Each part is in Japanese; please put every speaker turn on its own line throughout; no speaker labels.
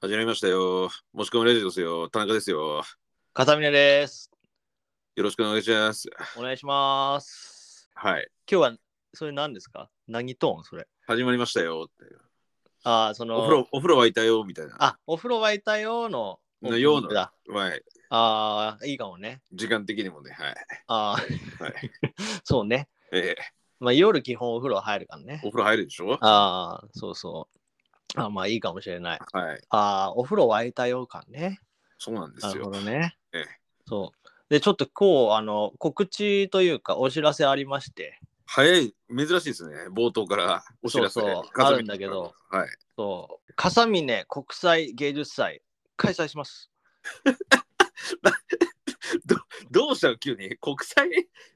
始まりましたよ。もし込みラジオですよ。田中ですよ。
片峰です。
よろしくお願いします。
お願いします。
はい。
今日は、それ何ですか何トーンそれ。
始まりましたよって。
ああ、その、
お風呂、お風呂沸いたよみたいな。
あ、お風呂沸いたよの。
のような
だ。
はい。
ああ、いいかもね。
時間的にもね。はい。
ああ、
はい、
そうね。
ええ
まあ夜基本お風呂入るからね。
お風呂入るでしょ
ああ、そうそう。あまあいいかもしれない。
はい。
ああ、お風呂沸いたよ感ね。
そうなんで
な
す
る
よ
ほ。どね。
ええ
そう。で、ちょっと今日、あの、告知というか、お知らせありまして。
早い、珍しいですね。冒頭からお知らせ。
そうそう
風見
あるんだけど。
はい。
そう。笠峰国際芸術祭、開催します。
どうしたの急に国際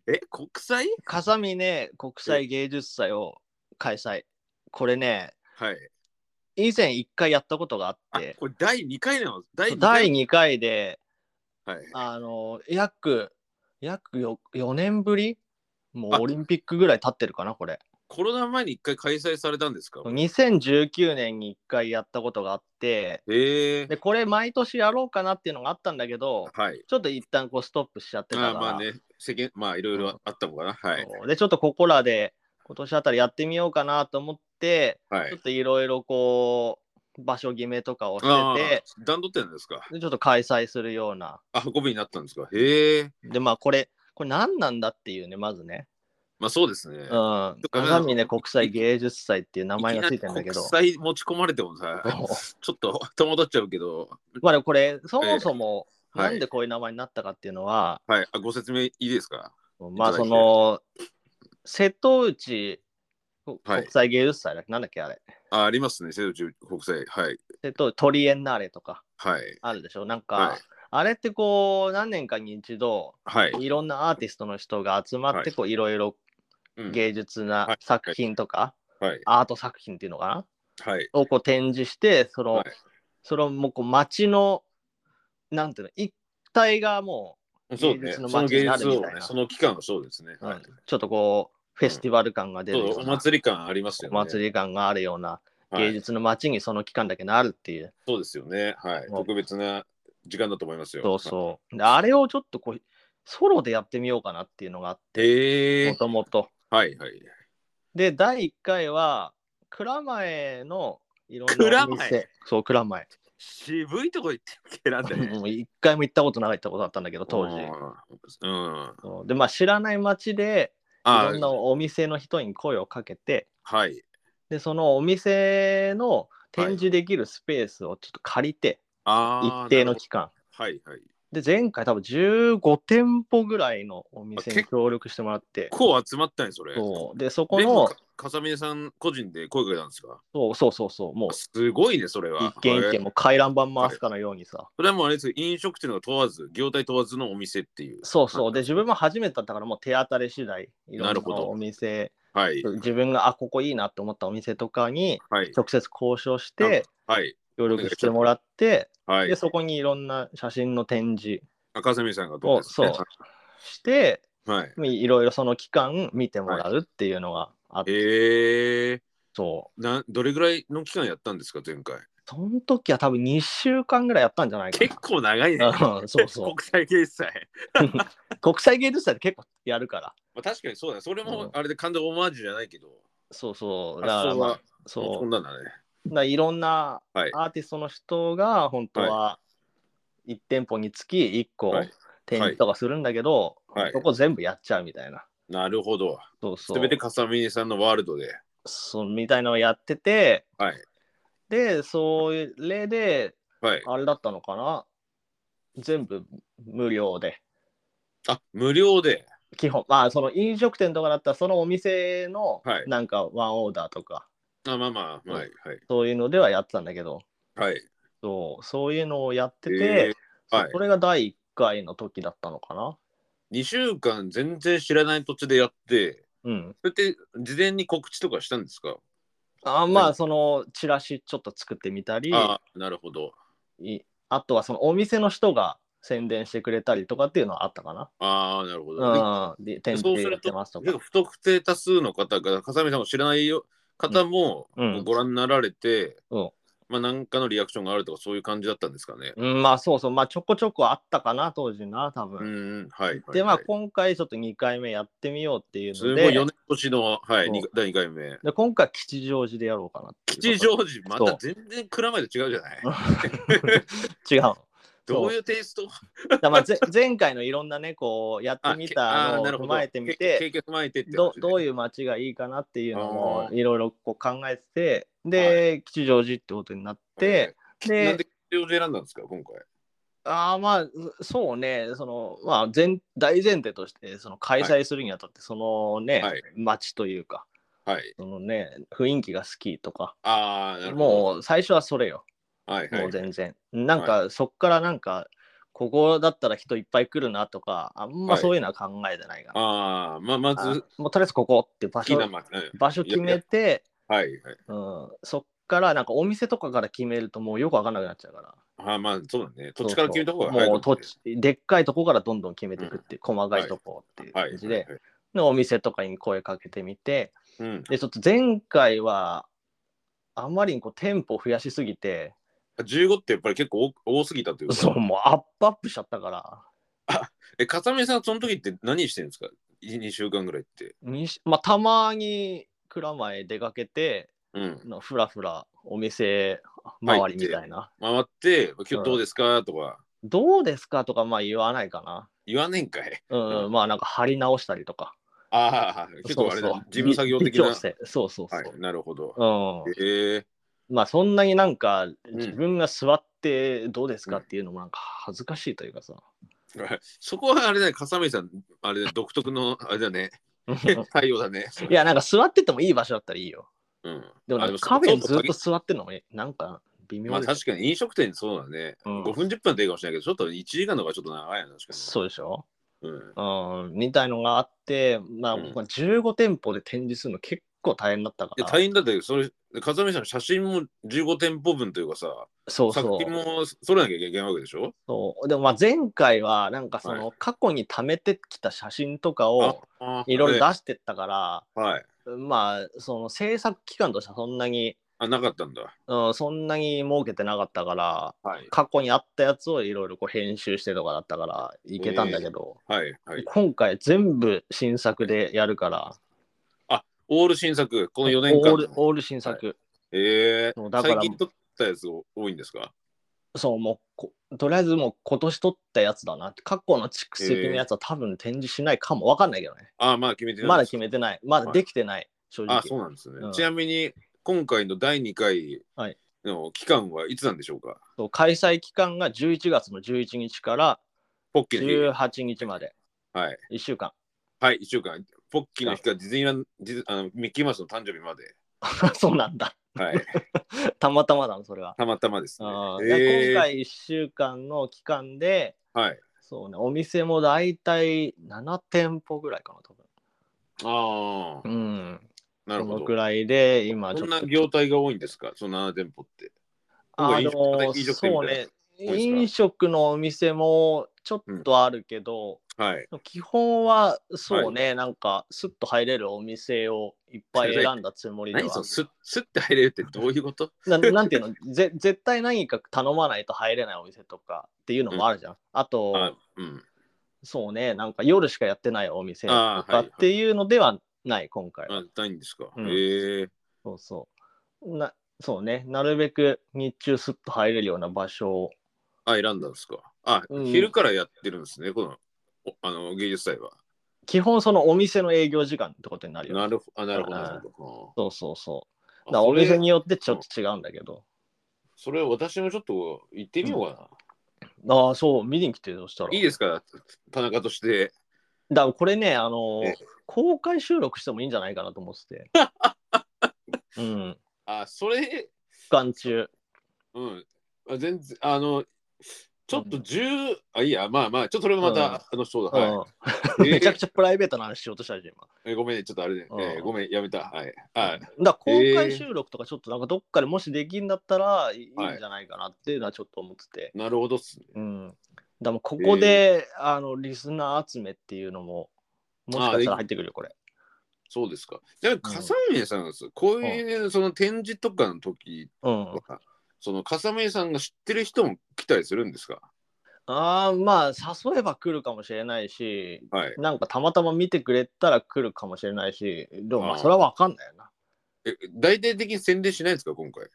え国際
笠峰国際芸術祭を開催。これね、
はい。
以前1回やったことがあ
あ
って、
これ第2回なの第2
第
回
2回で、
はい。
あの、約、約 4, 年ぶりも
あ
うオリンピックぐらい経ってるかな、これ。
コロナ前に1回開催されたんですか
2019年に1回やったことがあって、
ええ
で、これ毎年やろうかなっていうのがあったんだけど、
はい。
ちょっと一旦こうストップしちゃってたか
まあ
ら、
まあね、世間、まあいろいろあったのかな。はい。
そうで、ちょっとここらで今年あたりやってみようかなと思って、
は
ちょっ
い。
といろいろこう、場所決めとかを
あ
してて、
あ、段取ってるんですか。
でちょっと開催するような。
あ、運びになったんですか。へえ。
で、まあこれ、これ何なんだっていうね、まずね。
まあそうですね
う。ん。鏡ね国際芸術祭っていう名
名
前がついてんだけど。
国際持ち込まれてもさ、ちょっと戸惑っちゃうけど、
まあでもこれ、そもそも、
ええはい
なんでこういう名前になったかっていうのは、
はい。あご説明いいですか。
まあその、瀬戸内国
はい
際芸術祭だっけ、なんだっけあれ。
あ、ありますね。瀬戸内国際。はい。
瀬戸トリエンナーレとか
はい。
あるでしょ。なんか、
はい
あれってこう、何年かに一度、
はい。
いろんなアーティストの人が集まっ
はい
て、こう、いろいろ
うん
芸術
は
ない作品とか、
はい。
アート作品っていうのかな
はい。
をこう展示してその、
はい
そのもうこう街のなんていうの一体がも
そうね。
芸術の
その
街に
芸
なる
術
み
を
たい
ね、
な
その期間はそうですね。
う、
は
う
い
ん。ちょっとこうフェスティバル感が出
そ
るよ
う
う
お
な、
祭り感ありますよ
お
ね。
祭り感があるような
はい
芸術の街にその期間だけなるっていう、
そうですよね。はい。
もう
特別な時間だと思いますよ。
そうそうであれをちょっとこうソロでやってみようかなっていうのがあっ
へ
て
え
も。ともと
はいはい。
で第1回は蔵前のいろん
蔵
なお
前
店そう 蔵前
渋いとこ行って選んだね。
もう一回も行ったことなかったことだったんだけど当時
うん。あ
そうでまあ知らない街でい
あ
ろんなお店の人に声をかけて
はい。
でそのお店の展示できるスペースをちょっと借りて、
ああ。
一定の
なる
期間
ほどはいはい。
で前回多分15店舗ぐらいのお店
あ
に
結
協力してもらって
こう集まったね、それ。
そうでそこ
全部
の
か笠峰さん個人で声かけたんですか
そうそうそうそうもう
すごいね、それは。
一軒一
はい
軒もう回覧板回すかのようにさ
それはもうあれですよ飲食店の問わず、業態問わずのお店っていう。
そうそうで自分も初めてだったからもう手当たり次第いろ
なんる
な
ほど
お店
はい。
自分があここいいなと思ったお店とかに
はい。
直接交渉して
はい。
協力してもらって、
は
で
い。
そこにいろんな写真の展示
あ笠峰さんがど
を
うですね
そうして
はい。
いろいろその期間見てもらうっていうのがあって、
へえ。
そう
などれぐらいの期間やったんですか、前 回。
その時は多分2週間ぐらいやったんじゃないか
結
な。
構長いね。
うんそ うそう
国際決済。
国際芸術祭って結構やるから
まあ、確かにそうだね。それ
う
も
ん
あれで完全オマージュじゃないけど。
そうそうだか
発
ら
想
ま
は
あ
持ち
そ
込
うん
だんだね。
だからいろんな
はい
アーティストの人が本当は1店舗につき1個
はい
展示とかするんだけど、
はい
そこ全部やっちゃうみたいな。
なるほど。
そうそう
すべて笠峰さんのワールドで。
そうみたいなのをやってて
はい。
でそれで
はい。
あれだったのかな全部無料で
あ、無料で。
基本まあその飲食店とかだったらそのお店の
はい
なんかワンオーダーとか、
あ、まあまあ、
ん
はい。はい。
そういうのではやってたんだけど
はい。
そうそういうのをやって
え
て、
ーはい
そ。れが第1回の時だったのかな
2週間全然知らない土地でやって、
うん
それって事前に告知とかしたんですか、
あまあそのチラシちょっと作ってみたり
あなるほど。
いあとはそのお店の人が宣伝してくれたりとかっていうのはあったかな
ああ、なるほど。
うん、で展示やってますと
で
か
不。特定多数の方が、笠見さんも知らないよ方も
うん
ご覧になられて、
うん
まあ、なんかのリアクションがあるとか、そういう感じだったんですかね。
うん、まあそうそう、まあちょこちょこあったかな、当時な、多
うん、
分。
うんはい、はい。
で、まあ
はい
今回ちょっと2回目やってみようっていう
そ
の
れも
で、
4年越しの、はい、
そう
に第2回目。
で今回吉祥寺でやろうかなっていうこと
吉祥寺、ま
そ
た
う
全然蔵前と違うじゃない。
違うの。
どういうテイスト
だからまあぜ前回のいろんなね、こうやってみたのを踏まえてみ
け
て、
経験踏まえてって
どどう
う
いう街がいいかなっていうのも
あ
いろいろこう考えてて、で、吉祥寺ってことになって、で
なんで吉祥寺選んだんですか、今回。
ああまあうそうねそのまあ前大前提としてその開催するにあたってそのね、
はい
街というか
はい。
そのね雰囲気が好きとか
ああ、なるほど。
もう最初はそれよ
う、はいは
も。
いう
全然、なんかそっからなんかここだったら人いっぱい来るなとかあんま
はい
そういうのは考えてないから、
ああ、まあ、ま
あ
ず、
もうとりあえずここって場
好き
所
な街。うん
場所決めて、
はいはい。
うん、そっからなんかお店とかから決めるともうよくわかんなくなっちゃうから。
ああ、まあ、そうだね。土地から決めた方が
そうそう
早い
もう土地でっかいとこからどんどん決めていくっていう、細かいとこっていう
はい
感
は
じ
い。
で、
はい
でお店とかに声かけてみて
うん。
でちょっと前回はあまりにこう店舗増やしすぎて
15ってやっぱり結構多多すぎたという
そ
か
う。もうアップアップしちゃったから
え、かさみさん、その時って何してるんですか ?2 週間ぐらいって。
にしまあ、たまに蔵前出かけて
うん。
のふらふらお店周りみたいな、
回って、今日どうですかとか
どうですかとかまあ言わないかな、
言わねえんかい。
うん
う
まあなんか張り直したりとか
ああ、結構あれだ
そうそう
事務作業的な。
微調整そうそうそう、
はい、なるほど。
うん、
ええ
まあそんなになんか自分が座ってどうですかっていうのもなんか恥ずかしいというかさ。
そこはあれだね、笠森さん、あれだね、独特のあれだね、対応だね。
いやなんか座っててもいい場所だったらいいよ。
うん、
でもなんかカフェにずっと座ってるのもなんか微
ま
妙
あ
です、
確かに飲食店そうだね。
うん
5分10分でいいかもしれないけど、ちょっと1時間の方がちょっと長いな、確かに。
そうでしょ
うん、
うん、みたいのがあって、まあ、
うん
僕は15店舗で展示するの結構大変だったか
いや
ら。
大変だったけど、それ、笠森さんの写真も15店舗分というかさ、
そうそ
作
う
品もそれなきゃいけないわけでしょ
そう。でもまあ前回はなんかそ
は
の過去に貯めてきた写真とかを
ああ
いろいろ出してったから、
はい。
まあその制作期間としてはそんなに
あ、なかったんだ。
うん、そんなに儲けてなかったから
はい。
過去にあったやつをいろいろこう編集してとかだったからいけたんだけど、
はい。はい。
今回全部新作でやるから
オール新作、こ
オ
の4年間
ー
の。
ルオール新作、
ええ
そうだから
最近撮ったやつ多いんですか
そうもうことりあえずもう今年撮ったやつだな過去の蓄積のやつは多分展示しないかもわかんないけどね、
ああ、まだ決めてない。
まだ決めてないまだ
はい
できてない、正直
ああ、そうなんですね。
うん
ちなみに、今回の第2回
はい
の期間はいつなんでしょうか、
そう開催期間が11月の11日から
ポッキーの日。
18日まで
はい。
1週間
はい、1週間。ポッキーの日からディズニーランドディズあの、ミッキーマウスの誕生日まで。
そうなんだ
はい。
たまたまだなそれは
たまたまですね。
あー
ええ
今回1週間の期間で、
はい。
そうね、お店も大体7店舗ぐらいかな、多分。
ああ、
うん、
なる
そ
ほ
の
ど
く。らいで、今ち
そ
ょっ
ん
と。
な業態が多いんですかその7店舗って。
あの
飲食飲食店みたいな
そうね、
いですか
飲食のお店もちょっとあるけど、
はい。
基本はそうね、なんかスッと入れるお店をいっぱい選んだつもりで
何
は
そのすすって入れるってどういうこと
ななんていうのぜ絶対何か頼まないと入れないお店とかっていうのもあるじゃん、あと
あうん。
そうね、なんか夜しかやってないお店と
あーはい
か
はい
っていうのではない、今回は。
あ、ないんですか。
うん
ええ
そうそう。なそうね、なるべく日中すっと入れるような場所を。
あ、選んだんですか。あ、
うん
昼からやってるんですね、このおあの芸術祭は。
基本そのお店の営業時間ってことになるよ。
なるほど、あなるほど。
あー
なるほ
そうそうそ
ど
う。だから
あ
お
それ
店によってちょっと違うんだけど。
それ私もちょっと行ってみようか
ああ、そう、見に来てよそしたら。
な。いいですか、田中として。
だからこれね、あのー
え
公開収録してもいいんじゃないかなと 思ってて。うん。
あ、それ、
期間中。
うん。あ全然、あの、ちょっと10、あ、いいや、まあまあ、ちょっとそれもま
うん
た、あの、そうだ、はい。え
うん
ー
めちゃくちゃプライベートな話しようとしたじゃん、今。
えごめんね、ちょっとあれね、え
う
ー
ん
ごめん、やめた。はい。
だ
あ
から公
え
開
ー
収録とかちょっとなんかどっかでもしできんだったらいいんじゃないかなっていうのはちょっと思ってて、
なるほどっすね。
うんだからもうここで、あのリスナー集めっていうのももしかしたら入ってくるよこれ
そうですか。じゃあ、笠宮さんです、こういう、その展示とかの時
うん
とか、その笠間さんが知ってる人も来たりするんですか
ああ、まあ、誘えば来るかもしれないし、
はい。
なんかたまたま見てくれたら来るかもしれないし、でもま
あ
あ
ー
それはわかんないよな。
え、大々的に宣伝しないんですか、今回。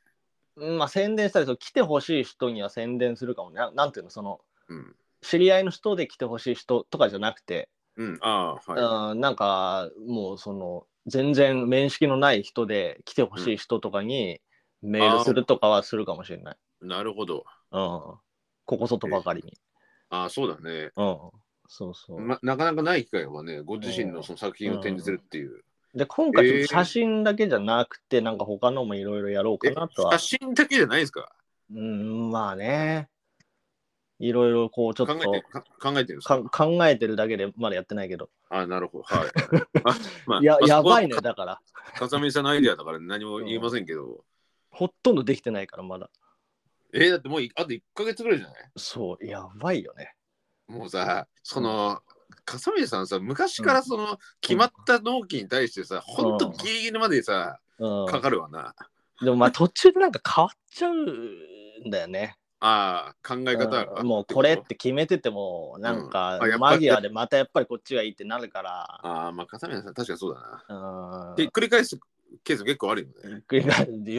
うんまあ宣伝したりそう、来てほしい人には宣伝するかもね。ななんていうの、その、
うん。
知り合いの人で来てほしい人とかじゃなくて、
うん、ああ、は
うんなんかもうその、全然面識のない人で来てほしい人とかにメールするとかはするかもしれない。
い。なるほど。
うん。ここ外ばかりに。
ああ、そうだね。
うん。そうそう。
ま、なかなかない機会はね、ご自身
う
の
ん
その作品を展示するっていう。
で、今回ちょ
え
っ
ー
と写真だけじゃなくて、なんか他のもいろいろやろうか
え
なとは。
写真だけじゃないですか
うん、まあね。いろいろこう、ちょっ
考
と
えてるか考えてるんです
か
か
考えてるだけでまだやってないけど。
ああ、なるほど。 はい。あま
や
あ
やばい
ね
ね、だから。
かさみさんのアイディアだから何も言いませんけど、
ほとんどできてないから、まだ。
えーだってもういあと1か月ぐらいじゃない
そう、やばいよね。
もうさ、その、かさみさんさ、昔からその、決まった納期に対してさ、ほんとギリギリまでさ、
うん。
かかるわな。
でもまあ途中でなんか変わっちゃうんだよね。
ああ、考え方が
うんもうこれって決めてても、なんか
うんあやっぱ
間際でまたやっぱりこっちがいいってなるから。
ああ、まあ、かさみさん確かにそうだな。
うん
で、繰り返すケース結構あるよね。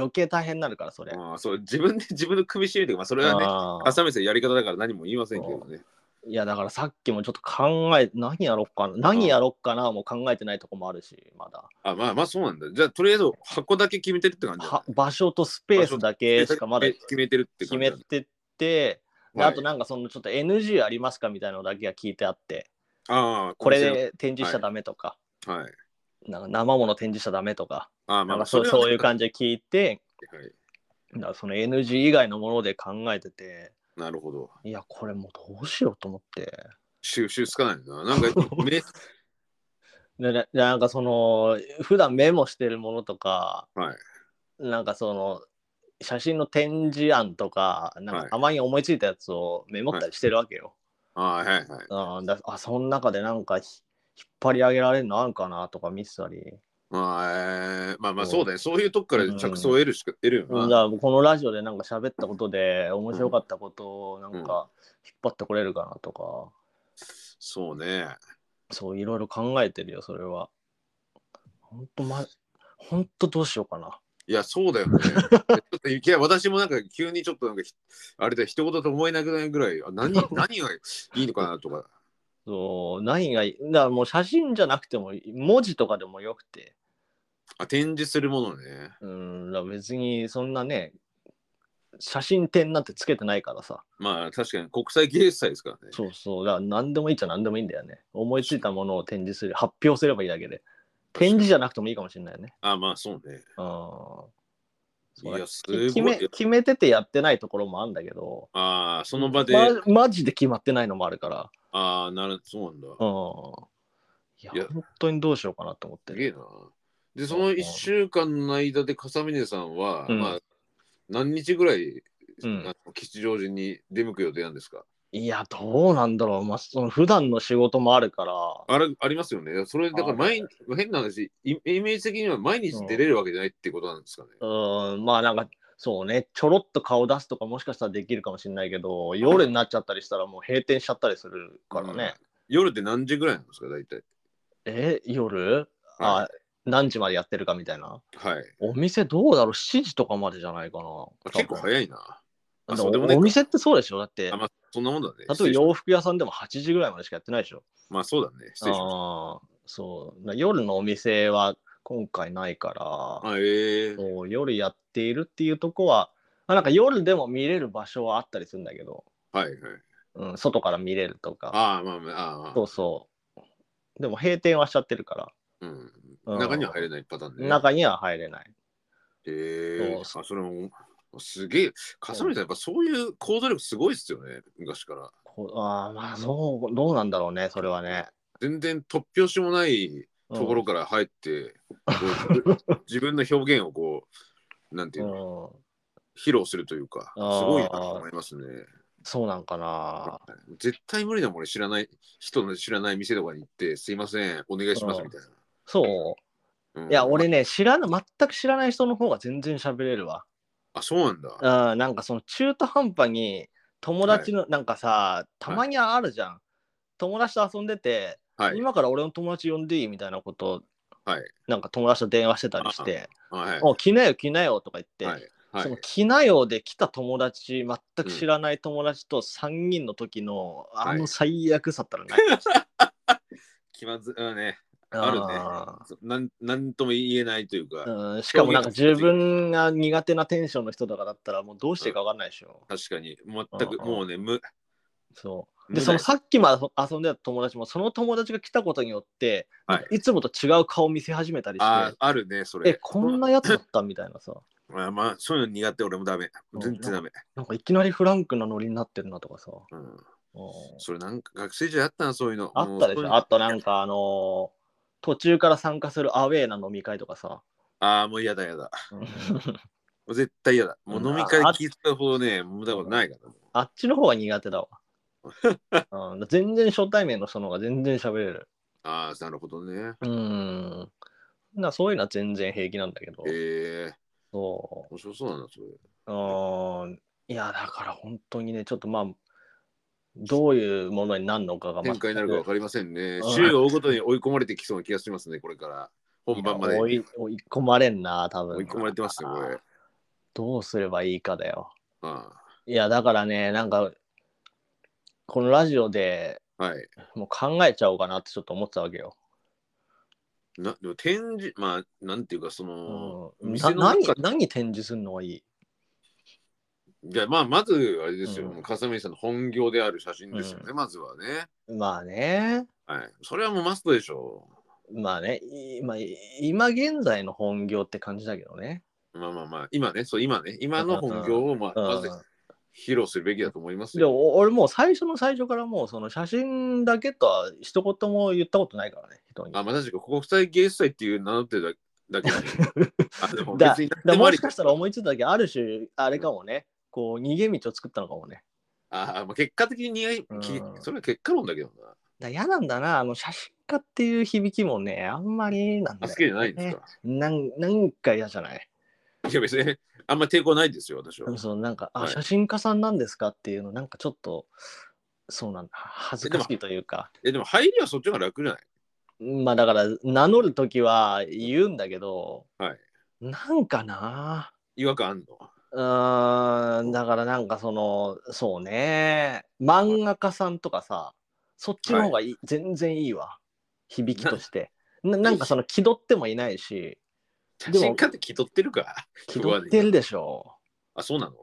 余計大変になるから、それ。
ああそう自分で 自分の首絞めてまあ、それはね、
あー
かさみさんやり方だから何も言いませんけどね。
いやだからさっきもちょっと考え何やろっかな何やろっかなもう考えてないとこもあるしまだ
あまあまあそうなんだ。じゃあとりあえず箱だけ決めてるって感じだね
は場所とスペースだけしかまだ
決めてるって
決
感じ
め
だね
ててで
はい
あとなんかそのちょっと NG ありますかみたいなのだけが聞いてあって
ああ、
これで展示しちゃダメとか
こちら。はい。
なんか生もの展示しちゃダメとか
ああ、ま
な
あ
ん
まあ
かそう
れはね
そういう感じで聞いて
はい
だからその NG 以外のもので考えてて
なるほど。
いやこれもうどうしようと思って
収集つかないな。なん か、ね、
でななんかその普段メモしてるものとか、
はい
なんかその写真の展示案とかなん
は
か
い
たまに思いついたやつをメモったりしてるわけよ。
ああ、はいはい。
あだあその中でなんかひ引っ張り上げられるのあるかなとか見てたり、
まあ、えーまあまあそうだね。そういうとこから着想を得るしか、得る
だ
よ
か
な。
らこのラジオでなんか喋ったことで面白かったことをなんか引っ張ってこれるかなとか、
そうね。
そういろいろ考えてるよそれは。ほんとまほんとどうしようかな。
いや、そう だよね。ちょっといや私もなんか急にちょっとなんかひ、あれだ、一言と思えなくないぐらい、あ 何何がいいのかなとか。
そう、何がいい、だからもう写真じゃなくても、文字とかでもよくて、
あ、展示するものね。
うん、だから別にそんなね、写真展なんてつけてないからさ、
まあ確かに国際芸術祭ですからね。
そうそう、だから何でもいいっちゃ何でもいいんだよね。思いついたものを展示する、発表すればいいだけで。展示じゃなくてもいいかもしれないよね。
あ、まあそうね。
うん。
い
そうだ
や、すごい。
決め決めててやってないところもあるんだけど、
ああ、その場で、
ま、マジで決まってないのもあるから、
ああ、なるそうなんだ。
うん。いや、
いや
本当にどうしようかなと思って
す
る。
げえな。で、その1週間の間で笠峰さんは、
うん
まあ、何日ぐらい、
うん
あの吉祥寺に出向く予定なんですか
いや、どうなんだろう。まあ、その普段の仕事もあるから、
あれありますよね。それ、だから毎
あ
変な話、イイメージ的には毎日出れるわけじゃないってことなんですかね。
うーん、まあなんか、そうね、ちょろっと顔出すとかもしかしたらできるかもしれないけど、夜になっちゃったりしたらもう閉店しちゃったりするからね。
夜って何時ぐらいなんですか、大体。
え、夜
は
あ、何時までやってるかみたいな。
はい。
お店どうだろう ?7 時とかまでじゃないかな。
あ結構
い。
早いな。あ
で
そう
も
でもね
お店ってそうでしょだって、
あまあ、そんなもんだね。
例えば洋服屋さんでも8時ぐらいまでしかやってないでしょ
まあ、そうだね。失礼しまし
ああー、そう。だ夜のお店は今回ないから。
た。あええ
そう夜やっているっていうとこは、まあ、なんか夜でも見れる場所はあったりするんだけど、
はいはい。
うん、外から見れるとか
ああ、まあまあ、ああまあ
そうそうでも閉店はしちゃってるか
うん。
ら、うん
中には入れないパターンね。
中には入れない
ええ
そ
あそれもすげえ笠森さんやっぱそういう行動力すごいっすよね昔から
こあーまあそうどうなんだろうねそれはね、
全然突拍子もない
うん
ところから入 って、こう自分の表現をこうなんていううの、
ん、
披露するというかす
あー
ごいなと思いますね
そうなんかな
絶対無理だもん俺知らない人の知らない店とかに行ってすいませんお願いしますみたいな、
そう
うん
いや俺ね知らな全く知らない人の方が全然喋れるわ
あ、そうなんだ。
うん、なんかその中途半端に友達の、なんかさたまにあるじゃん、友達と遊んでて、
はい。
今から俺の友達呼んでいいみたいなこと
はい。
なんか友達と電話してたりして
はい
「お来なよ来なよ」とか言って、
はい。は
その
い。
来なよで来た友達全く知らない友達と3人の時の、
い
あの最悪さったらない、
気まず、うんね。 あるねそなん。なんとも言えないというか、
うんうんしかもなんか自分が苦手なテンションの人とかだったらもうどうしていいか分かんないでしょ、
確かに、全く
うん
もうね、無。
そう
無
で
だ
そのさっきまで遊んでた友達もその友達が来たことによって、
はい
い、つもと違う顔見せ始めたりし
あ
て
あるね、それ。
えこんなやつだったみたいなさ
あまあ、そういうの苦手、俺もダメ。全然ダメ。
なんかいきなりフランクなノリになってるなとかさ、
うん。
うん
それなんか学生時代あったな、そういうの。
あったでし
もうそういう
ょ
の
あとなんかあのー途中から参加するアウェーな飲み会とかさ、
ああ、もう嫌だ、嫌だ。
うん
もう絶対嫌だ。も
うん
う飲み会
あ
気遣うほどね、無駄ことないから。
あっちの方が苦手 だわ、うん、全然初対面の人の方が全然喋れる
ああ、なるほどね。
うんなそういうのは全然平気なんだけど、
ええ
そう
面白そうだな、それ。
うーんいやだから本当にねちょっとまあどういうものになるのかが
展開になるか分
か
かりませんね
う。ん
週を追うごとに追い込まれてきそうな気がしますね、これから。本番まで
追
追い
い追い込まれんな多分
込まれてますよ、これ。
どうすればいいかだよ
あ
いやだからねなんかこのラジオで
あはい。
もう考えちゃおうかなってちょっと思ってたわけよ、
なでも展示、まあ、なんていうか、その、
うん、な
店の
何
中
何展示するのがいい
じゃあまあ、まず、あれですよ、
うん
もう笠森さんの本業である写真ですよね、
う
まずはね。
まあね
はい。それはもうマストでしょ
まあねいまあい今現在の本業って感じだけどね
う。まあまあまあ、今ね、そう、今ね、今の本業を、まあ、
う
ま
ん
ず披露するべきだと思います
で
よ。
もお俺もう最初の最初からもうその写真だけとは一言も言ったことないからね人に。
あ、まあ、確かに国際芸術祭っていう名乗ってるだだけだね あでも
だ
別に何で
だ
も
も
あり
しかしたら思いついただけある種あれかもね、こう逃げ道を作ったのかもね。
ああ、まあ、結果的に似合い、き
うん
それは結果論だけどな。
だ嫌なんだなあの写真家っていう響きもねあんまりなんだ
あ、
よ
好きじゃないんですか。
なんなんか嫌じゃない
いや、別に、あんま抵抗ないですよ、私は。
そのなんか、あ
はい
写真家さんなんですかっていうのなんかちょっとそうなんだ恥ずかしいというか
え、でも、入りはそっちの方が楽じゃない
まあだから名乗る時は言うんだけど、
はい
なんかな
違和感あんの。
うーんだからなんかそのそうね漫画家さんとかさそっちの方がいい、全然いいわ響きと してななんかその気取ってもいないし
写
も
真家って気取ってるか。
気取ってるでしょ
あ、そうなの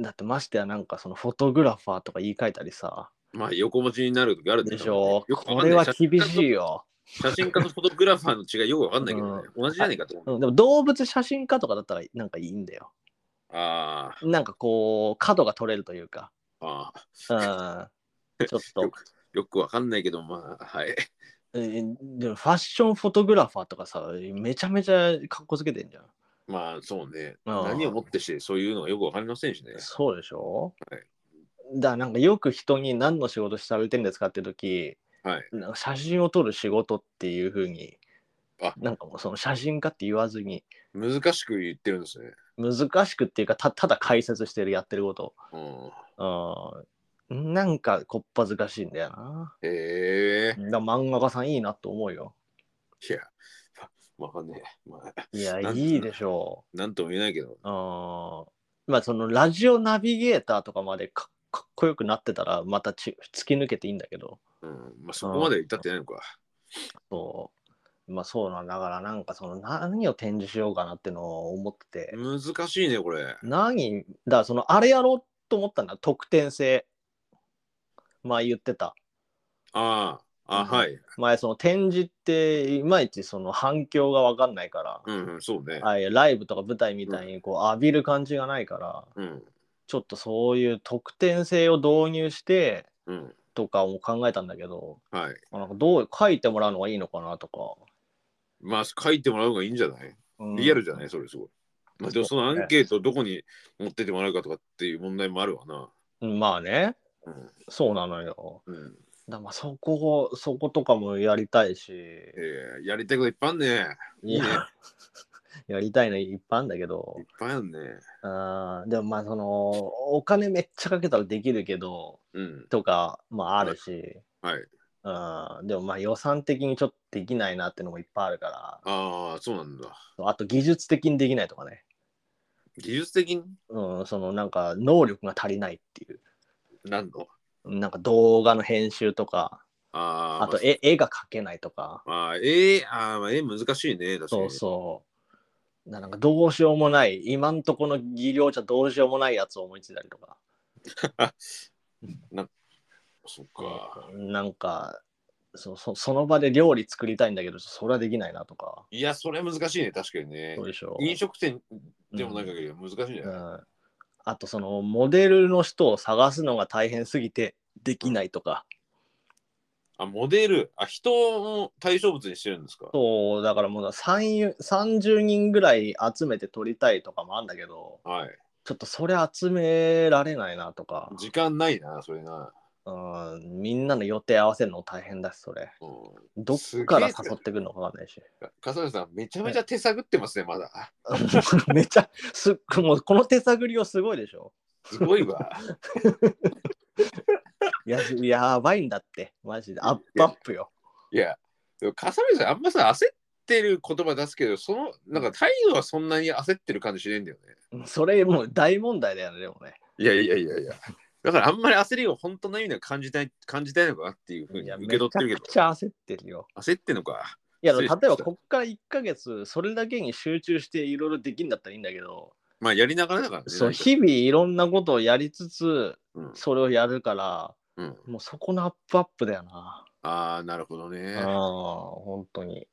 だってましてやなんかそのフォトグラファーとか言い換えたりさ
まあ、横文字になる時ある
でし
ょ
ょ
うねよくわ
こ
かん
れ
な
はい厳しいよ、
写真家とフォトグラファーの違いよくわかんないけどね。同じじゃねえかと思う。
うん、でも動物写真家とかだったらなんかいいんだよ
あー
なんかこう角が取れるというか
あ
うんちょっ
ー、よ
と
く、よくわかんないけど、まあ、はい。
えーでもファッションフォトグラファーとかさめちゃめちゃかっこつけてんじゃん
まあ、そうね。
あー
何をもってして、そういうのがよくわかりませんしね。
そうでしょ、
はい
だからなんかよく人に何の仕事されてるんですかって時
はい。
なんか写真を撮る仕事っていうふうに
あ
なんかもうその写真家って言わずに
難しく言ってるんですね。
難しくっていうかたただ解説してるやってること
うん。
うんなんかこっぱずかしいんだよな
へえ
だから漫画家さんいいなと思うよ
いや、まわかんねえ。まあ、
いや
なん
いいでしょう
なんとも言えないけど。
あーまあそのラジオナビゲーターとかまでかかっこよくなってたらまたち突き抜けていいんだけど
うん。まあ、そこまで至ってないのか。
そうまあそうなんだからなんかその何を展示しようかなってのを思ってて、
難しいね、これ。
何だからそのあれやろうと思ったんだ特典性まあ言ってた
ああ、あ、
うん
はい。
前その展示っていまいちその反響が分かんないから、
うん、うん、そうね。
ああいうライブとか舞台みたいにこう浴びる感じがないから、
うん、
ちょっとそういう特典性を導入して
うん。
とかも考えたんだけど、
はい。
なんかどう書いてもらうのがいいのかなとか。
まあ、書いてもらう方がいいんじゃない
うん
リアルじゃないそれすごい。まあ、でもそのアンケートをどこに持ってってもらうかとかっていう問題もあるわな。
まあね、
うん。
そうなのよ。
うん、
だまあそこを、そことかもやりたいし。
えーやりたいこといっぱいあんね。いいね
ややりたいのいっぱいあるんだけど
いっ、ぱいあるね。
あーでもまあその、お金めっちゃかけたらできるけど、
うん。
とか、まああるし、
はい。
うん、でもまあ予算的にちょっとできないなってのもいっぱいあるか
ああ、そうなんだ。
ら、あと技術的にできないとかね、
技術的に
うん、そのなんか能力が足りないっていう、
何の
なんか動画の編集とか、
あー
あと絵絵が描けないとか、
まあ、ええあーまあ、えー難しいね。確か
そう
に。
そう。ななんかどうしようもない、今んとこの技量じゃどうしようもないやつを思いついたりとか、
そっか。
なんかそそその場で料理作りたいんだけど、それはできないなとか、
いや、それは難しいね。確かにね
どう。でしょう。
飲食店でもない限りは難しいんじゃ
う
ない、
ん、あとそのモデルの人を探すのが大変すぎてできないとか、
あ、モデル。あ、人を対象物にしてるんですか
そうだからもう3 30人ぐらい集めて撮りたいとかもあるんだけど
はい。
ちょっとそれ集められないなとか、
時間ないな、それな。
うん、みんなの予定合わせるの大変だしそれ
うん。
どっから誘
すげえ
ってくるのかわかんないし
笠原さん、めちゃめちゃ手探ってますね、まだ。
めっちゃすもうこの手探りはすごいでしょ
すごい わ。
いややばいんだってマジでアップアップよ
いや、でも笠原さん、あんまさ、焦ってる言葉出すけど、その、なんか態度はそんなに焦ってる感じしないんだよね。
それもう大問題だよねでもね
いやいやいやいや。だからあんまり焦りを本当の意味では感じたい、感じたいのかなっていうふう
い
に
や
受け取ってるけど
め、ちゃくちゃ焦ってるよ。
焦ってんのか。
いや、
失礼
例え
しました
ばこっから1ヶ月、それだけに集中していろいろできるんだったらいいんだけど、
まあやりながらだからね。
そう、
何か
日々いろんなことをやりつつ、
うん
それをやるから、
うん、
もうそこのアップアップだよな。
ああ、なるほど
あ
ね。
あ、本当に。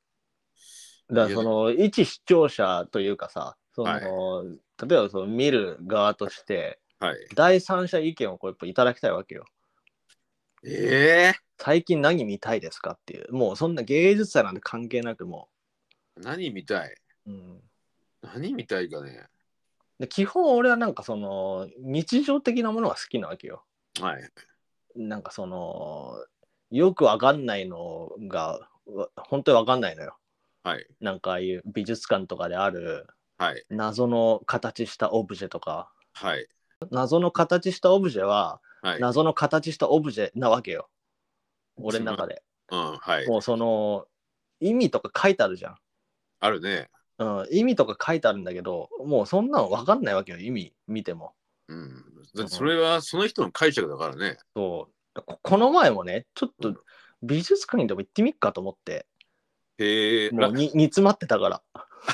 い
だから
や
その、一視聴者というかさ、その、
はい
例えばその見る側として、
はい。
第三者意見をこうやっぱいただきたいわけよ。
ええ
最近何見たいですかっていう、もうそんな芸術祭なんて関係なくも、
何見たいう
うん、
何見たいかね。
で基本俺はなんかその日常的なものが好きなわけよ。
はい。
なんかそのよくわかんないのがわ本当にわかんないのよ。
はい。
なんかああいう美術館とかである
はい。
謎の形したオブジェとか
はい。
謎の形したオブジェは
はい。
謎の形したオブジェなわけよ。俺の中で。
うん。はい。
もうその意味とか書いてあるじゃん。
あるね。
うん、意味とか書いてあるんだけどもうそんなのわかんないわけよ意味見ても。
うん。だってそれはその人の解釈だからね。
そうここの前もねちょっ
う
と
ん
美術館にでも行ってみっかと思って
へえ。
もうに煮詰まってたか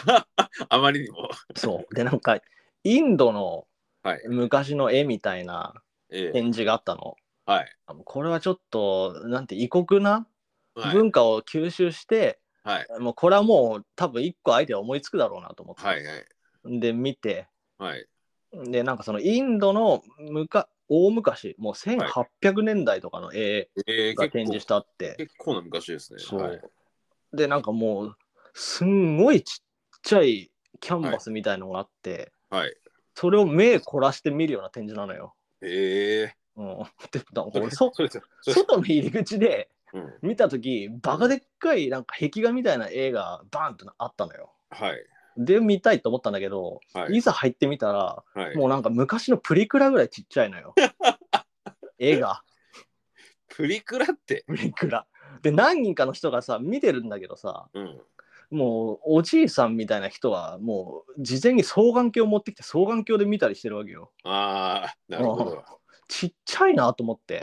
ら
あまりにも。
そうでなんかインドの
はい。
昔の絵みたいな
ええ。
展示があったの
はい。
あのこれはちょっとなんて異国な
はい。
文化を吸収して、
はい。
もうこれはもう多分一個アイデア思いつくだろうなと思って、
はい。はい。
で見て
はい。
でなんかそのインドのむか大昔もう1800年代とかの絵
ええ
が展示
結
し
構
てあって、
結構な昔ですね。
そう、
はい。
でなんかもうすんごいちっちゃいキャンバスみたいのがあって、
はい、
それを目凝らして見るような展示なのよ。
ええ
うん、 でなん か俺そ
それそれ
外の入り口で
うん。
見た時バカでっかいなんか壁画みたいな絵がバーンとあったのよ。
はい。
で見たいと思ったんだけど、
はい
い、ざ入ってみたら
はい。
もうなんか昔のプリクラぐらいちっちゃいの よ。絵が
プリクラって。
プリクラ。で何人かの人がさ見てるんだけどさ、
うん。
もうおじいさんみたいな人はもう事前に双眼鏡を持ってきて双眼鏡で見たりしてるわけよ。
ああ、なるほど。
ちっちゃいなと思って。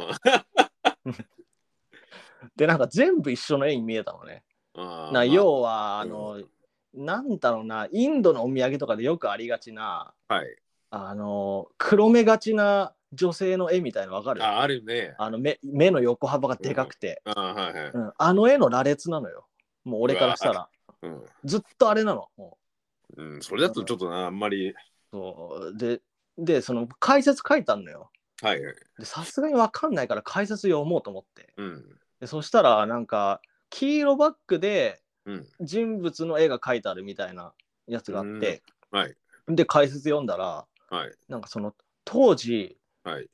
でなんか全部一緒の絵に見えたのね。
あー
な要はあの、
うん
なんだろうなインドのお土産とかでよくありがちな
はい。
あの黒目がちな女性の絵みたいのわかるあ
あ、あるね。
の目目の横幅がでかくて、
あーはいはい。
うんあの絵の羅列なのよ。もう俺からしたら
うん。
ずっとあれなの。もう
うん、それだとちょっとな、あんまり。
そうででその解説書いてあんのよ
はいはい。
でさすがに分かんないから解説読もうと思って
うん。
でそしたらなんか黄色バッグで
うん。
人物の絵が書いてあるみたいなやつがあって、
うんはい
で解説読んだら
はい。
なんかその当時
はい。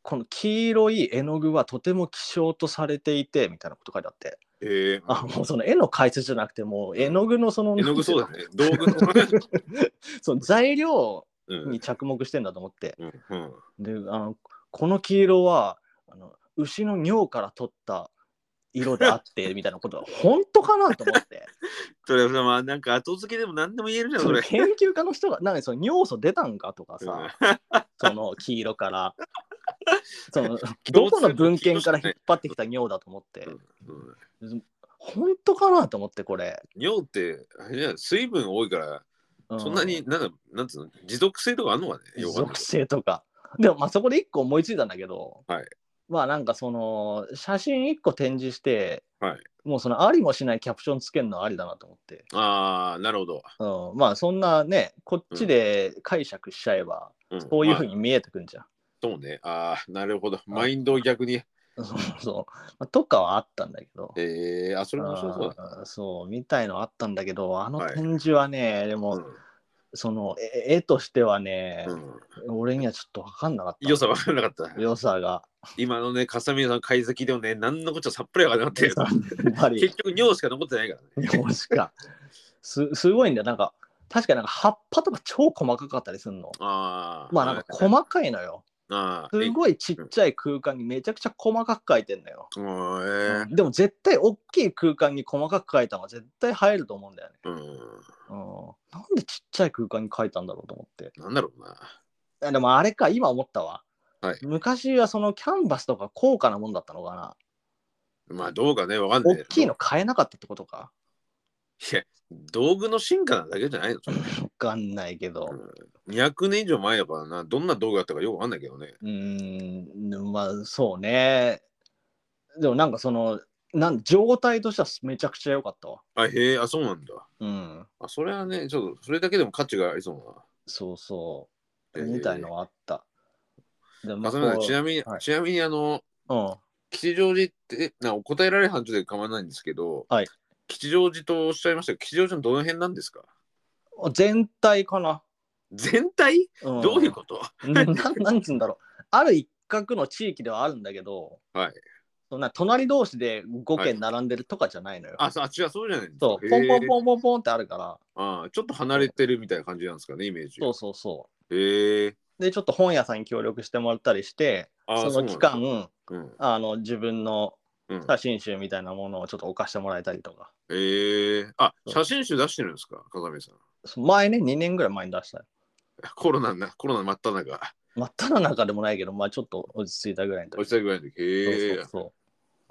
この黄色い絵の具はとても希少とされていてみたいなこと書いてあって
ええー、
あもうその絵の解説じゃなくてもう絵の具のその
絵の具そうだね。道具の。
その材料
うん
に着目してんだと思って、
うんうん
であのこの黄色はあの牛の尿から取った色であってみたいなことは本当かなと思って
それはまあなんか後付けでも何でも言えるじゃん
そ
そ
の
れ。
研究家の人がなんかその尿素出たんかとか
うん
さ、その黄 色からそのどこの文献から引っ張ってきた尿だと思って
うん
本当かなと思ってこれ、
尿ってあれじゃない水分多いから
う
そんなになんだなんつうの持続性とかあんのかねよくわかんない
属性とか。でもまあそこで一個思いついたんだけど、
はい
まあなんかその写真一個展示して、
はい
もうそのありもしないキャプションつけるのはありだなと思って、
ああなるほど。
うん、まあそんなねこっちで解釈しちゃえば、
うん
こういうふう
まあ
に見えてくんじゃ ん。
そうね。ああなるほど。マインドを逆に。
そうそうまあとかはあったんだけど。
ええー、あそれ面白そうだ。
あーそうみたいのあったんだけどあの
はい
展示はね、でも、そのえ絵としてはね、
うんうん
俺にはちょっと分かんなかった
良さ分からなかった。
良さが
今のね、笠宮さんの解析でもね、何のこっちゃさっぱり分からなくて、
やっぱり
結局尿しか残ってないからね。
日本しか。すすごいんだよ。なんか、確かなんか葉っぱとか超細かかったりするの。
ああ。
まあなんか
はい
細かいのよ。
ああ。
すごいちっちゃい空間にめちゃくちゃ細かく描いてんだよ。
えうんえー
うんでも絶対大きい空間に細かく描いたのが絶対入ると思うんだよね。
うん。
うん、なんでちっちゃい空間に描いたんだろうと思って。
なんだろうな。
あでもあれか、今思ったわ。
はい
昔はそのキャンバスとか高価なもんだったのかな。
まあどうかね、わかんない。
大きいの買えなかったってことか。
いや、道具の進化なだけじゃないの。それ
わかんないけど。
200年以上前だからな、どんな道具だったかよくわかんないけどね。
うーん、まあそうね。でもなんかその、なん状態としてはめちゃくちゃ良かったわ。
あ、へえ、あ、そうなんだ。
うん、
あ、それはね、ちょっと、それだけでも価値がありそう
そうそう。
な。
みたいのはあった。で
ま
も
さみさんちなみに、
はい
ちなみにあの、
うん、
吉祥寺って、なお答えられる範疇で構わないんですけど、
はい
吉祥寺とおっしゃいましたけど、吉祥寺のどの辺なんですか
全体かな。
全体
ん
どういうこと、
ななんつうんだろう。ある一角の地域ではあるんだけど、
はい。
そんな隣同士で5
はい
軒並んでるとかじゃないのよ。
あ、そうあ違う、そうじゃないんですか。
そう、ポンポン
ン。
ポンポンポンってあるから、
あちょっと離れてるみたいな感じなんですかね、イメージ。
そうそうそ
へえ。
う。で、ちょっと本屋さんに協力してもらったりして、
あ
その期。間、
そうなんだ
あの自分の
うん。うん、
写真集みたいなものをちょっと置かしてもらえたりとか。
ええあ、写真集出してるんですか、風見さん。
前ね、2年ぐらい前に出したよ。
コロナな、コロナ真っ只中。
真っ只中でもないけど、まあちょっと落ち着いたぐらいの
おじ
時。
さんぐらいの時。へえ
そうそうそ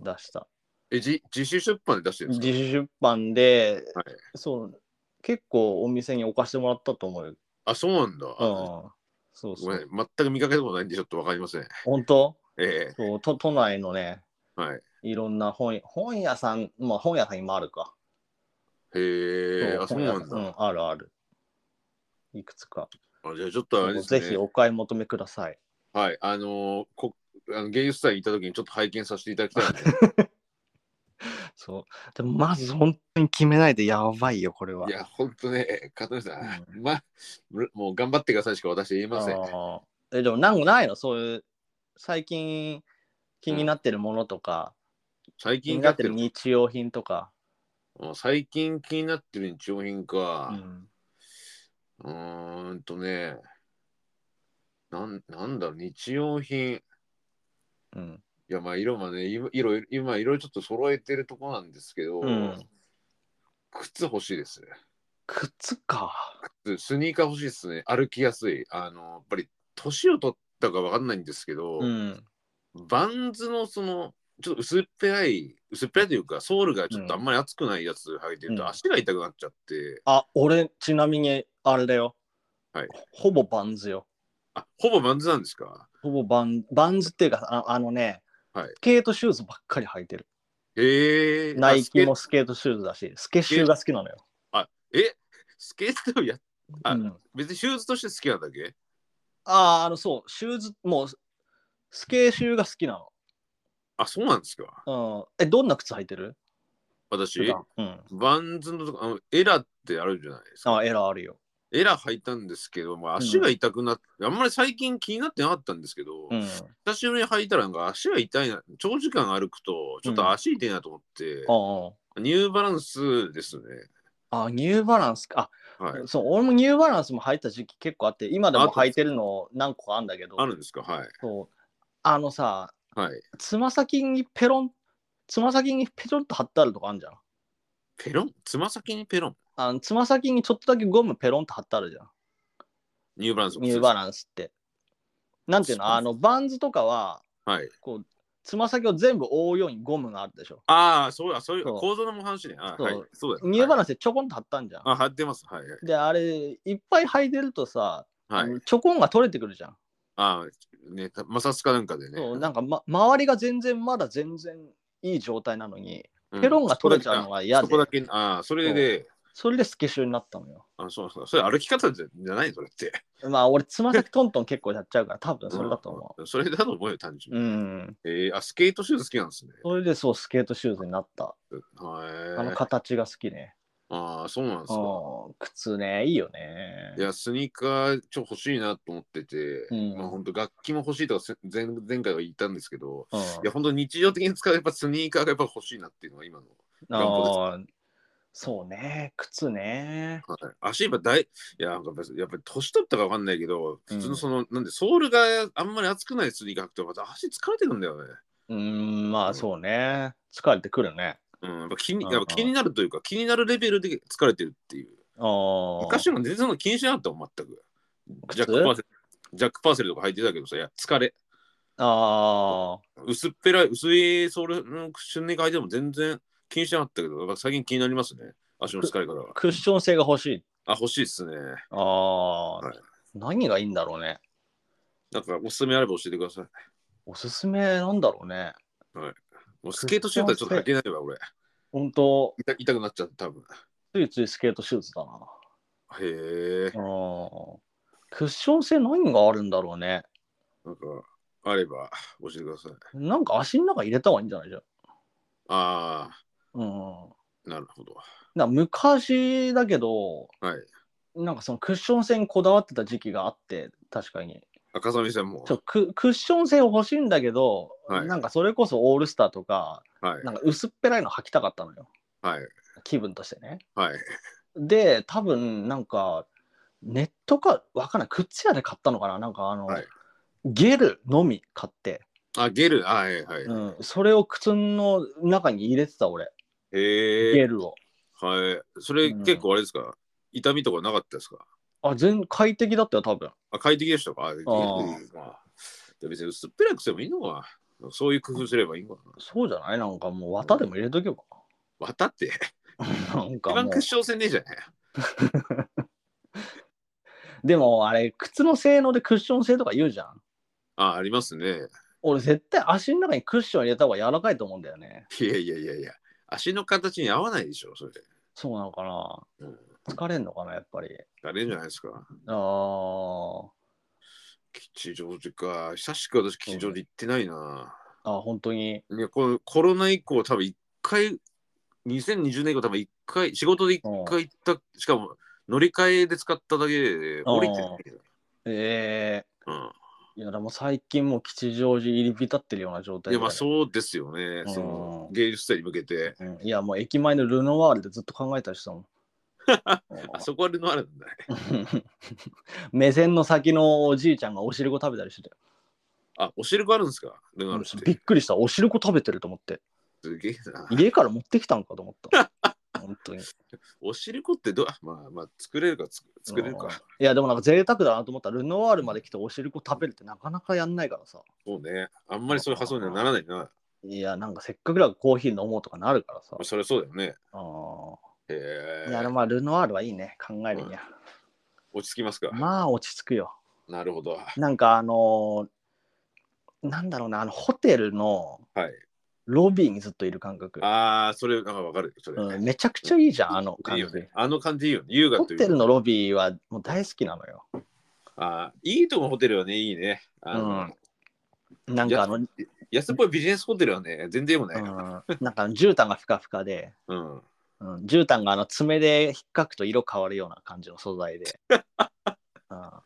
う。出した。
え、じ、自主出版で出してるんです
自
か。
主出版で、
はい
そう、結構お店に置かしてもらったと思うよ。
あ、そうなんだ。
うん。そう
ご
そ
めん、
う。
全く見かけたことないんで、ちょっとわかりません。
本当
え
そう都都内のね、
えはい。
いろんな本本屋さん、まあ本屋さん今あるか。
へえ、あ、そう
本屋
な
さ
んだ。
うん、あるある。いくつか。
あじゃあちょっとあれです
ぜ
ね。
ひお買い求めください。
はい、あのーこあの芸術祭に行った時にちょっと拝見させていただきたいんで
そう。でも、まず本当に決めないでやばいよ、これは。
いや、ほんとね、加藤さん、ま、もう頑張ってくださいしか私言え
あ
ません。
ーえ、でも、なんもないのそういう、最近気になってるものとか、
最
気
近
に
や
な
っ
ってて
る、
る日用品と
う
か。
ん最近気になってる日用品
う
か。
ん、
うーんとね、なんなんだろう、日用品。
うん。
いや、まあ、色もね、今色、今、いろいろちょっと揃えてるとこなんですけど、
うん
靴欲しいです。
靴か。
スニーカー欲しいですね。歩きやすい。あの、やっぱり、年を取ったかわかんないんですけど、
うん。
バンズのその、ちょっと薄っぺらい、薄っぺらいというか、ソールがちょっとあんまり厚くないやつ履いてると、
うん
足が痛くなっちゃって、
あ、俺、ちなみに、あれだよ。
はい
ほぼバンズよ。
あ、ほぼバンズなんですか
ほぼバンバンズっていうか、ああのね、
はい
スケートシューズばっかり履いてる。
へえ。
ナイキ
あ。
もスケートシューズだし、スケシューが好きなのよ。
スケえスケートをや、あ
うん
別にシューズとして好きなんだっけ
あーあのそうシューズもうスケーシューが好きな
あ、そうなんですか
の、うん、えどんな靴履いてる
私
普、段うん
バンズのとこ、あのエラってあるじゃないですか。
あエラあるよ
エラー入ったんですけど、まあ、足が痛くなって、あんまり最近気になってなかったんですけど、
うん。
久しぶりに履いたらなんか足が痛いな、長時間歩くと、ちょっと足痛いなと思って、
あ
ニューバランスですね。
あ。あ、ニューバランスか。
はい
あ、。そう、俺もニューバランスも履いた時期結構あって、今でも履いてるの何個かあるんだけど、
あるんですかはい。
そう。あのさ、
はい。
つま先にペロン、つま先にペロンと貼ってあるとこあるじゃん。
ペロンつま先にペロン
あのつま先にちょっとだけゴムペロンと貼ってあるじゃん。
ニューバランス
ニューバ
ン
ランスって。なんていう
そう
のあのバンズとかは
ス。はい。
こうつま先を全部覆うようにゴムがあるでしょ。
ああ、そうや、そういう
そう
構造の話ね。あ
そう
はい。そうだよ
ニューバ
ン
ランスでちょこんと貼ったんじゃん。
ス。あ、貼ってます。はい。
であれいっぱい履いてるとさ、
はい。はい、
ちょこんが取れてくるじゃん。
ああ、ね、摩擦かなんかでね。
そうなんか、ま、周りが全然まだ全然いい状態なのにペロンが取れちゃうのが嫌で
そこだけ、ああ、それで、
それでスケシュになったのよ。
あそうそう、それ歩き方じゃじゃないのそれって。
まあ俺つま先トントン結構やっちゃうから多分それだと思
うん。それだと思うよ、単純
う。う
に。
ん。
えー、あ、スケートシューズ好きなんですね。
それでそうスケートシューズになった。あ
は
の
い。
形が好きね。
ああ、そうなんですか。
うん靴ねいいよね
い。や、スニーカー、ちょ、欲しいなと思ってて、
うん
まあ、本当楽器も欲しいとかせ、前前回は言ったんですけど、
うん
いや、本当日常的に使う、やっぱスニーカーがやっぱ欲しいなっていうのが今の。願望
あーそうね、靴ね。
はい足やっぱ大いやなんかやっぱやっぱり年取ったか分かんないけど
う
普
ん
通のその、なんでソールがあんまり厚くないスニーカー履くとまた足疲れてくんだよね
うーん、まあそうね。疲れてくるね。
うんやっぱ気に
うん
やっぱ気になるというか気になるレベルで疲れてるっていう
ああ。
昔の全然その気にしなかったもん全く
靴
ジャックパーセルジャックパーセルとか履いてたけどさいや疲れ
あ
薄っぺらい薄いソールのクッションに履いても全然気にしなかったけどやっぱ最近気になりますね足の疲れからは
あ。クッション性が欲しい。
あ欲しいっすね
ああ、
はい
何がいいんだろうね。
なんかおすすめあれば教えてください
おすすめなんだろうね。
もうスケートシュートちょっと履けないわ俺
本当
痛痛くなっちゃった多分
ついついスケートシューズだな。
へえ
う。ん。クッション性何があるんだろうね。
なんか、あれば教えてください。
なんか足の中入れた方がいいんじゃないじゃん。
あ
うん。
あ、なるほど。
なんか昔だけど、
はい。
なんかそのクッション性にこだわってた時期があって、確かに。
赤澤さんも
ち。ょククッション性欲しいんだけど、
はい
なんかそれこそオールスターとか、
はい。
なんか薄っぺらいの履きたかったのよ、
はい。
気分としてね。
はい。
で、多分なんか、ネットかわかんない、靴屋で買ったのかな、なんかあの、
はい
ゲルのみ買って、
あ、ゲル。あはい。はい。
うん、それを靴の中に入れてた、俺、
へえ。
ゲルを。
はい。それ、
うん
結構あれですか痛みとかなかったですか
あ、全快適だったよ、多分
あ、快適でしたかあ、ゲルまあで別に薄っぺらくてもいいのかな。そういう工夫すればいいのかな。
そうじゃないなんかもう綿でも入れとけば。
渡って。
なん
一
か
番
も
クッション性ねえじゃね
うでもあれ靴の性能でクッション性とか言うじゃん
あ、ありますね。
俺絶対足の中にクッション入れた方が柔らかいと思うんだよね。
いやいやいやいや。足の形に合わないでしょ、それ。
そうなのかな、
うん
疲れんのかなやっぱり。
あれじゃないですか。
あー
吉祥寺か。久しく私吉祥寺行ってないな。
あ、本当に。
いやこのコロナ以降多分一回、2020年以降多分一回、仕事で一回行った、しかも乗り換えで使っただけで降りてないけど。
え
うん
ー、いやでも最近もう吉祥寺入り浸ってるような状態
い
で
やまあそうですよね、
うん
その芸術祭に向けて。
うんいやもう駅前のルノワールでずっと考えたりしたも ん。
あそこはルノアールなんだね。
目線の先のおじいちゃんがお汁粉食べたりしてたよ
あ、お汁粉あるんですかルノアールっ。
びってくりしたお汁粉食べてると 思って
すげえな。
家から持ってきたんかと思った。本当に
お汁粉ってどう、あまあまあ作れるか作作れる
うん
か。
いやでもなんか贅沢だなと思ったルノワールまで来ておしるこ食べるってなかなかやんないからさ
そうね。あんまりそういう発想にはならないな。ま
いやなんかせっかくだからコーヒー飲もうとかなるからさ
あ、それはそうだよね。
あ
へ
ーいやで
え。
もまあルノワールはいいね考えるには、
落ち着きますか。
まあ落ち着くよ
なるほど。
なんかあのーなんだろうなあのホテルの
はい
ロビーにずっといる感覚、
ああ、それ、なんかわかる。それ、
うん、めちゃくちゃいいじゃんあの
いい
感
よ
じ
ね。あの感じいいよね。優雅
ホ
とい
テ
う
ル
か。
のロビーはもう大好きなのよ
あーいいとこのホテルはね、いいね。あの
うんなんかあの、うん、
安っぽいビジネスホテルはね、全然よくないな。
なんかあの絨毯がふかふかで
うん。
うん、絨毯があの爪で引っかくと色変わるような感じの素 材で、
あ、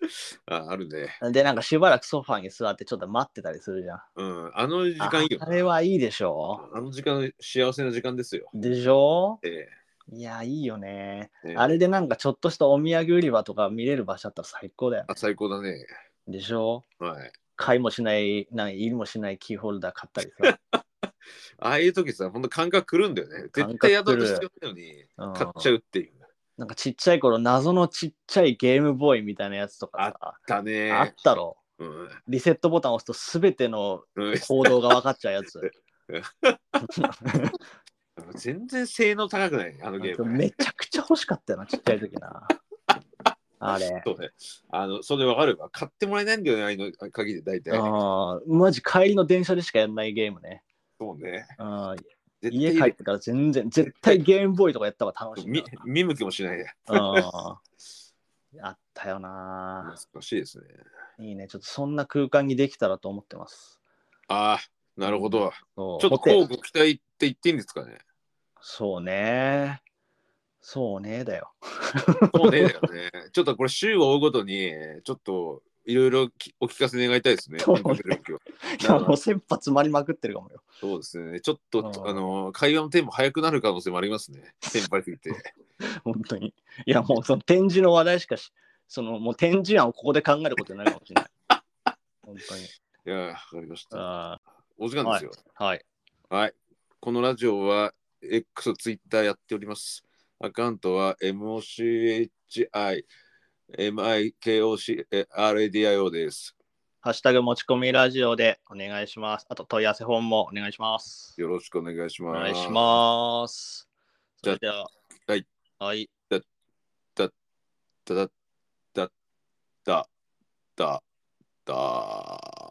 あるね。
うん、でなんかしばらくソファーに座ってちょっと待ってたりするじゃん
うん。あの時間いいよ
ああれ
な。
はいいでしょ
あの時間、幸せな時間ですよ。
でしょ
ええ
いやいいよね、
ええ
あれでなんかちょっとしたお土産売り場とか見れる場所だったら最高だよね
あ最高だね。
でしょ
はい。
買いもしないなん入りもしないキーホルダー買ったりさ、
ああいう時さ、本当感覚くるんだよね。絶対宿る必要ないのに、
うん
買っちゃうっていう。
なんかちっちゃい頃謎のちっちゃいゲームボーイみたいなやつとか
だ
さあっ
ね。
たろ
うん。
リセットボタンを押すと全ての
うん
行動が分かっちゃうやつ
全然性能高くない、あのゲーム。
めちゃくちゃ欲しかったよなちっちゃい時 なあれ
そうね。あの、それわかるわ。買ってもらえないんだよね、ああいうの鍵で大体。
あーマジ帰りの電車でしかやんないゲームね
そうね。
あー
絶
家
対
帰ってから全然絶対ゲームボーイとかやった方が楽しいん
見
だよ
見向きもしないで。
なあーあったよな
懐かしいですね。
いいねちょっとそんな空間にできたらと思ってます
ああ、なるほど。
そう
ちょっと
ホテル
こうご期待って言っていいんですか ね。
そうね。そうねだよ。
そうね、だよね。ちょっとこれ週を追うごとに、ちょっといろいろきお聞かせ願いたいですね。
そうね
感覚力を
い やもう先発詰まりまくってるかもよ。
そうですね。ちょっと、
うん
あの、会話のテンポ早くなる可能性もありますね。テンパりすぎ て。
本当に。いやもうその展示の話題しかし、そのもう展示案をここで考えることになるかもしれない。本当 に。
いや、わかりました。
あ
お時間ですよ。
ーはい。
はい。このラジオは X、Twitter やっております。アカウントは MOCHI、MIKOCRADIO です。
ハッシュタグ持ち込みラジオでお願いします。あと問い合わせフォームもお願いします。
よろしくお願いし
お
ます。
願いします。
じゃ
そ
あ
れでは。
はい。
はい。
す。だだだだだ。